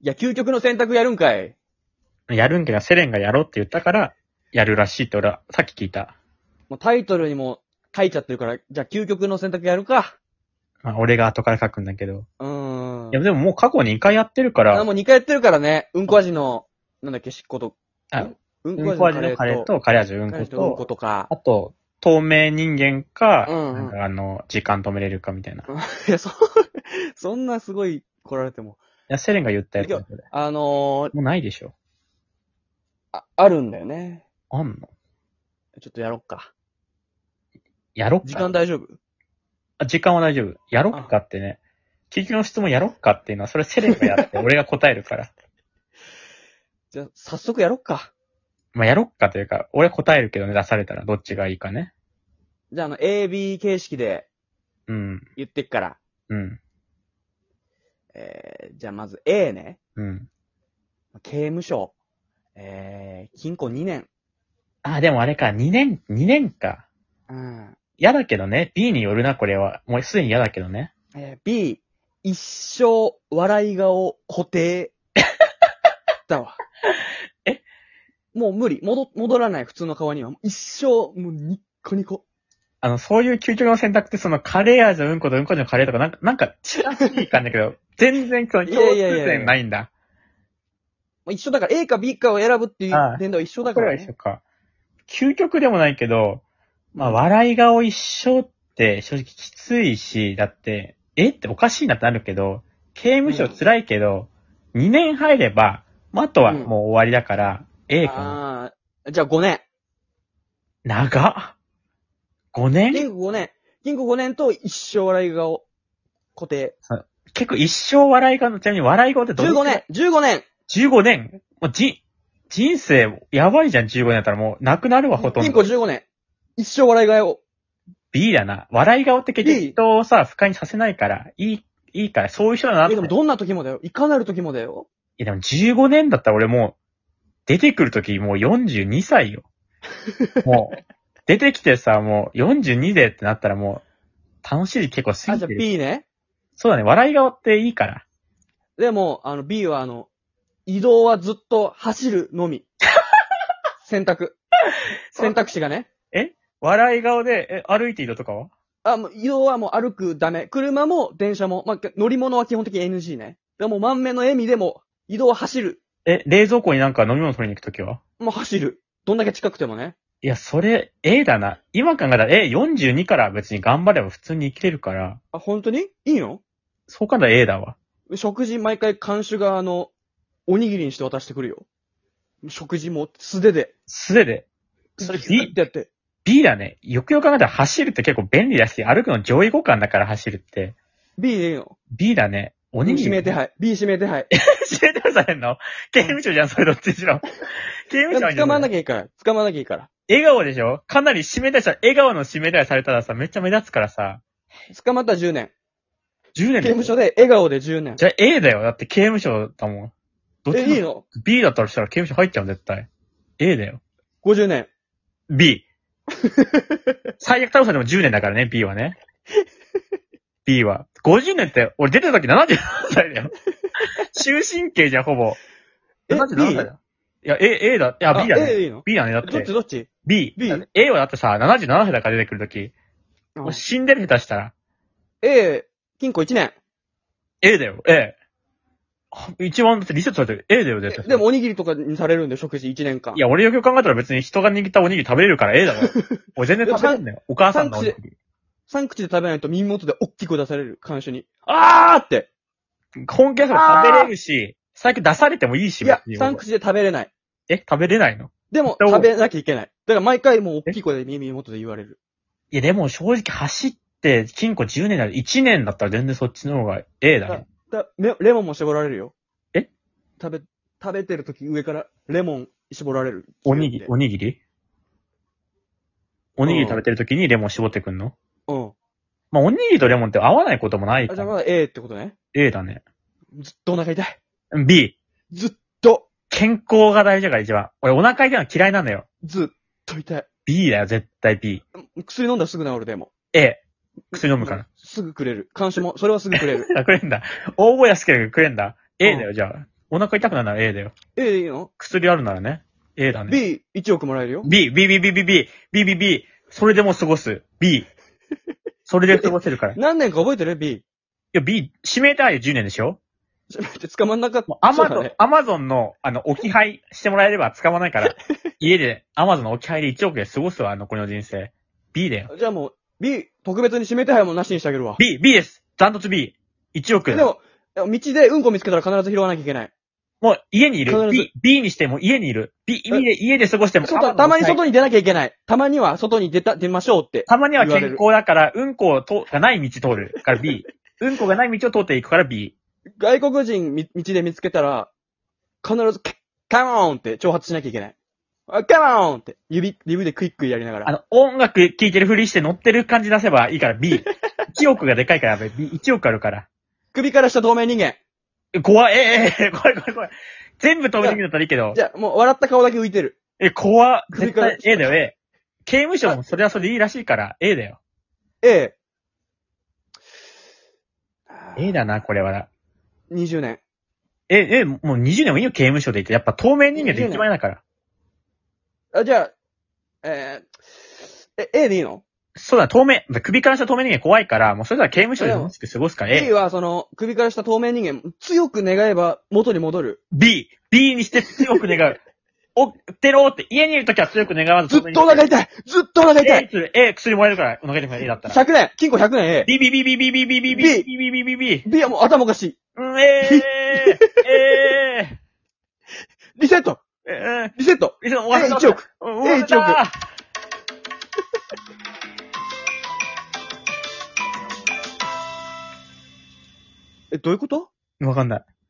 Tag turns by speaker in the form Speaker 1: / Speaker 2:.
Speaker 1: や、究極の選択やるんかい。
Speaker 2: やるんけど、セレンがやろうって言ったから、やるらしいって俺はさっき聞いた。
Speaker 1: もうタイトルにも書いちゃってるから、じゃあ究極の選択やるか。
Speaker 2: まあ、俺が後から書くんだけど。
Speaker 1: うーん。
Speaker 2: いや、でももう過去2回やってるか
Speaker 1: あ
Speaker 2: ら、
Speaker 1: もう2回やってるからね。うんこ味の、なんだっけ、しっこと。
Speaker 2: あ
Speaker 1: うん
Speaker 2: う
Speaker 1: こ
Speaker 2: んこ味
Speaker 1: 味の
Speaker 2: のカ
Speaker 1: カ
Speaker 2: レ
Speaker 1: レ
Speaker 2: ー
Speaker 1: ー
Speaker 2: と、
Speaker 1: と、
Speaker 2: カレー味うん
Speaker 1: カレ
Speaker 2: こ、
Speaker 1: ーとうんこととか。
Speaker 2: あと、透明人間か、
Speaker 1: うんうん
Speaker 2: なんかあの、時間止めれるかみたいな。い
Speaker 1: いや、そ、そんなすごい来られても。
Speaker 2: や、セレンが言ったやつだけど
Speaker 1: あのー、
Speaker 2: もうないでしょ。
Speaker 1: あ、あるんだよね。
Speaker 2: あんの
Speaker 1: ちょっとやろっか。
Speaker 2: やろっか。
Speaker 1: 時間大丈夫
Speaker 2: あ時間は大丈夫。やろっかってね。究極の質問やろっかっていうのは、それセレンがや って、俺が答えるから。
Speaker 1: じゃあ、早速やろっか。
Speaker 2: まあ、やろっかというか、俺は答えるけどね、出されたらどっちがいいかね。
Speaker 1: じゃあ、あの、A、B 形式で
Speaker 2: うん、
Speaker 1: 言ってっから。
Speaker 2: うん、
Speaker 1: えー、じゃあ、まず A ね。
Speaker 2: うん。
Speaker 1: 刑務所。えー、禁錮2年。
Speaker 2: あ、でもあれか、2年、2年か。
Speaker 1: うん。
Speaker 2: 嫌だけどね。B によるな、これは。もうすでに嫌だけどね。
Speaker 1: えー、B、一生笑い顔固定。だわ。
Speaker 2: え
Speaker 1: もう無理。戻、戻らない普通の顔には。一生、もうニッコニコ。
Speaker 2: あの、そういう究極の選択って、そのカレー味のうんことうんこ味のカレーとか、なんか、なんか、違ういい感じだ けど、全然その
Speaker 1: い
Speaker 2: 共
Speaker 1: や
Speaker 2: 通
Speaker 1: いやいやいや
Speaker 2: 点ないんだ。
Speaker 1: まあ一緒だから、A か B かを選ぶってい
Speaker 2: ああ
Speaker 1: う点では一緒だか
Speaker 2: これ
Speaker 1: ら、
Speaker 2: は
Speaker 1: ね。
Speaker 2: 一緒か。究極でもないけど、まあ、笑い顔一緒って正直きついし、だって、えっておかしいなってなるけど、刑務所辛いけど、2年入れば、まあ、あとはもう終わりだから、A かな。
Speaker 1: ああ、じゃあ5年。
Speaker 2: 長っ !5 年
Speaker 1: 金庫5年。金庫5年と一生笑い顔固定。
Speaker 2: 結構一生笑い顔の、ちなみに笑い顔ってど
Speaker 1: 15年 !15 年
Speaker 2: ?15 年もうじ、人生、やばいじゃん、15年だったらもう、なくなるわ、ほとん
Speaker 1: 金庫
Speaker 2: ど。
Speaker 1: 15年。一生笑い顔。
Speaker 2: B だな。笑い顔って結局
Speaker 1: B
Speaker 2: 人をさ、不快にさせないから、いい、いいから、そういう人だなっ
Speaker 1: え、
Speaker 2: て。
Speaker 1: でもどんな時もだよ。いかなる時もだよ。
Speaker 2: いやでも15年だったら俺もう、出てくるときもう42歳 よ。もう、出てきてさ、もう42でってなったらもう、楽しい結構過
Speaker 1: あ、
Speaker 2: ぎ
Speaker 1: じゃ
Speaker 2: て
Speaker 1: あ
Speaker 2: る。
Speaker 1: B ね。
Speaker 2: そうだね、笑い顔っていいから。
Speaker 1: でも、あの B はあの、移動はずっと走るの み。選択。選択肢がね。
Speaker 2: 笑い顔で、え、歩いて移動とかは
Speaker 1: あ、もう移動はもう歩くダメ。車も電車も。まあ、乗り物は基本的に NG ね。でも満面の笑みでも、移動は走る。
Speaker 2: え、冷蔵庫になんか飲み物取りに行くときは
Speaker 1: もう走る。どんだけ近くてもね。
Speaker 2: いや、それ、A だな。今考えたら A42 から別に頑張れば普通に生きれるから、
Speaker 1: あ、本当にいいの
Speaker 2: そう考えたら A だわ。
Speaker 1: 食事毎回監修があの、おにぎりにして渡してくるよ。食事も素手で。
Speaker 2: 素手で。それ
Speaker 1: ギュッ
Speaker 2: B、
Speaker 1: てやって。
Speaker 2: B だね。よくよく考えたら走るって結構便利だし、歩くの上位互換だから走るって。
Speaker 1: B でいいの
Speaker 2: B だね。おにぎり。
Speaker 1: 指名 手配。B 指名手配。
Speaker 2: 指名手配されんの刑務所じゃん、それどっちにしろ。刑務所は
Speaker 1: 捕まんな
Speaker 2: きゃ。
Speaker 1: きゃいいから。捕まんなきゃいいから。
Speaker 2: 笑顔でしょかなり指名手配したら、笑顔の指名手配されたらさ、めっちゃ目立つからさ、
Speaker 1: 捕まったら10年。
Speaker 2: 10年
Speaker 1: 刑務所
Speaker 2: で。
Speaker 1: で笑顔で10年。
Speaker 2: じゃあ A だよ。だって刑務所だもん。どっち
Speaker 1: え、
Speaker 2: も
Speaker 1: いいの
Speaker 2: ?B だったらしたら刑務所入っちゃう、絶対。A だよ。
Speaker 1: ?50 年。
Speaker 2: B。最悪倒されても10年だからね、B はね。B は。50年って、俺出てた時77歳だよ。終身刑じゃん、ほぼ。
Speaker 1: え
Speaker 2: 77歳だよ。いや、A、A だ。いや、B だ
Speaker 1: あ A
Speaker 2: ね。
Speaker 1: でいいの
Speaker 2: B だね、だっ
Speaker 1: どってち。どっち
Speaker 2: B。
Speaker 1: B
Speaker 2: A はだってさ、77歳だから出てくるとき。
Speaker 1: うん
Speaker 2: もう死んでる下手したら。
Speaker 1: ?A、金庫1年。
Speaker 2: A だよ、A。あ一番だってリセットされてる。A だよ、絶
Speaker 1: え
Speaker 2: 対。
Speaker 1: でも、おにぎりとかにされるんで、食事1年間。
Speaker 2: いや、俺よくよく考えたら別に人が握ったおにぎり食べれるから A だろ。俺全然食べれんだよ。お母さんのおにぎり。
Speaker 1: 3口で食べないと耳元で大きく出される、監視に。
Speaker 2: あ
Speaker 1: あって。
Speaker 2: ー本気だから食べれるし、最近出されてもいいし、
Speaker 1: いや、
Speaker 2: 別に
Speaker 1: 3口で食べれない。
Speaker 2: え、食べれないの
Speaker 1: でも、
Speaker 2: どう
Speaker 1: 食べなきゃいけない。だから毎回もう大きい声で耳元で言われる。
Speaker 2: いや、でも正直走って、金庫10年なら1年だったら全然そっちの方が A だね。
Speaker 1: だレレモンも絞られるよ。
Speaker 2: え
Speaker 1: 食べ、食べてる時上からレモン絞られる。
Speaker 2: おにぎり、
Speaker 1: う
Speaker 2: おにぎりおにぎり食べてる時にレモン絞ってくんの
Speaker 1: ん。
Speaker 2: まあ、おにぎりとレモンって合わないこともない
Speaker 1: あ
Speaker 2: か
Speaker 1: じゃあ
Speaker 2: ら。
Speaker 1: まだ A ってことね。
Speaker 2: A だね。
Speaker 1: ずっとお腹痛い。
Speaker 2: B。
Speaker 1: ずっと、
Speaker 2: 健康が大事だから一番。俺お腹痛いの嫌いなのよ。
Speaker 1: ずっと痛い。
Speaker 2: B だよ、絶対 B。
Speaker 1: 薬飲んだらすぐ治るでも。
Speaker 2: A。薬飲むから。
Speaker 1: すぐくれる。監視も、それはすぐくれる。
Speaker 2: あ、くれんだ。大声安ければくれんだ。A だよ、じゃあ。お腹痛くなるなら A だよ。
Speaker 1: A でいいの
Speaker 2: 薬あるならね。A だね。
Speaker 1: ?B、1億もらえるよ。
Speaker 2: B、B、B、B、B、B、B、B、B、それでも過ごす。B。それで過ごせるから。い
Speaker 1: 何年か覚えてる ?B。
Speaker 2: や、B、指名手配10年でしょ
Speaker 1: ちょっと待って、捕まんなかった
Speaker 2: もう。アマ
Speaker 1: そう
Speaker 2: ゾ
Speaker 1: だ
Speaker 2: ン
Speaker 1: ね、
Speaker 2: アマゾンの、あの、置き配してもらえれば使わな いから、家で、アマゾンの置き配で1億で過ごすわ、残りの人生。B だよ。
Speaker 1: じゃあもう、B、特別に指名手配もなしにしてあげるわ。
Speaker 2: B、B です。ダントツ B。1億
Speaker 1: で。も、でも道でうんこ見つけたら必ず拾わなきゃいけない。
Speaker 2: もう家にいる。
Speaker 1: 必ず
Speaker 2: B、B にしても家にいる。B、
Speaker 1: え
Speaker 2: B で、家で過ごしても。
Speaker 1: 外、
Speaker 2: Amazon
Speaker 1: たまに
Speaker 2: の置き配
Speaker 1: 外に出なきゃいけない。たまには外に出た、出ましょうって。
Speaker 2: たまには
Speaker 1: 言われ
Speaker 2: 健
Speaker 1: る
Speaker 2: 康だから、うんこをとがない道通る。から B。うんこがない道を通っていくから B。
Speaker 1: 外国人み道で見つけたら、必ず、カカモーンって挑発しなきゃいけない。あカモーンって、指、指でクイックイやりなが
Speaker 2: あ
Speaker 1: ら。
Speaker 2: の、音楽聴いてるふりして乗ってる感じ出せばいいから B。1億がでかいからやべえ B。1億あるから。
Speaker 1: 首から下透明人間。
Speaker 2: え怖い、ええええ怖い怖い怖い。全部飛びできるんだったらいいけど
Speaker 1: じ。ゃあ、もう笑った顔だけ浮いてる。
Speaker 2: え、怖っ絶
Speaker 1: 首から
Speaker 2: 対 A だよ、A。刑務所もそれはそれでいいらしいから、A だよ。
Speaker 1: A。
Speaker 2: A だな、これは。
Speaker 1: 20年。
Speaker 2: え、え、もう20年もいいよ、刑務所でいて。やっぱ透明人間って一番いいだから。
Speaker 1: あ、じゃあ、えー、え、A でいいの
Speaker 2: そうだ、透明。首から下透明人間怖いから、もうそれでは刑務所で楽しく過ごすから、
Speaker 1: ?A
Speaker 2: A。
Speaker 1: はその、首から下透明人間、強く願えば元に戻る。
Speaker 2: B。B にして強く願 う。お、てろーって、家にいるときは強く願わず
Speaker 1: ずっとお腹痛いずっとお腹痛
Speaker 2: A
Speaker 1: い
Speaker 2: する、A 薬もらえるから、お腹痛くない A だったら。
Speaker 1: !100 年金庫100年 A。
Speaker 2: B、B、B、B、B、B、B、B、B、B、B、B、B、B。
Speaker 1: B はもう頭おかしい。
Speaker 2: うん、えー、え
Speaker 1: リセット
Speaker 2: ー、え
Speaker 1: リセット
Speaker 2: ー、終
Speaker 1: A1 億。
Speaker 2: うん、
Speaker 1: A1 億え、どういうこと
Speaker 2: 億。わかんない。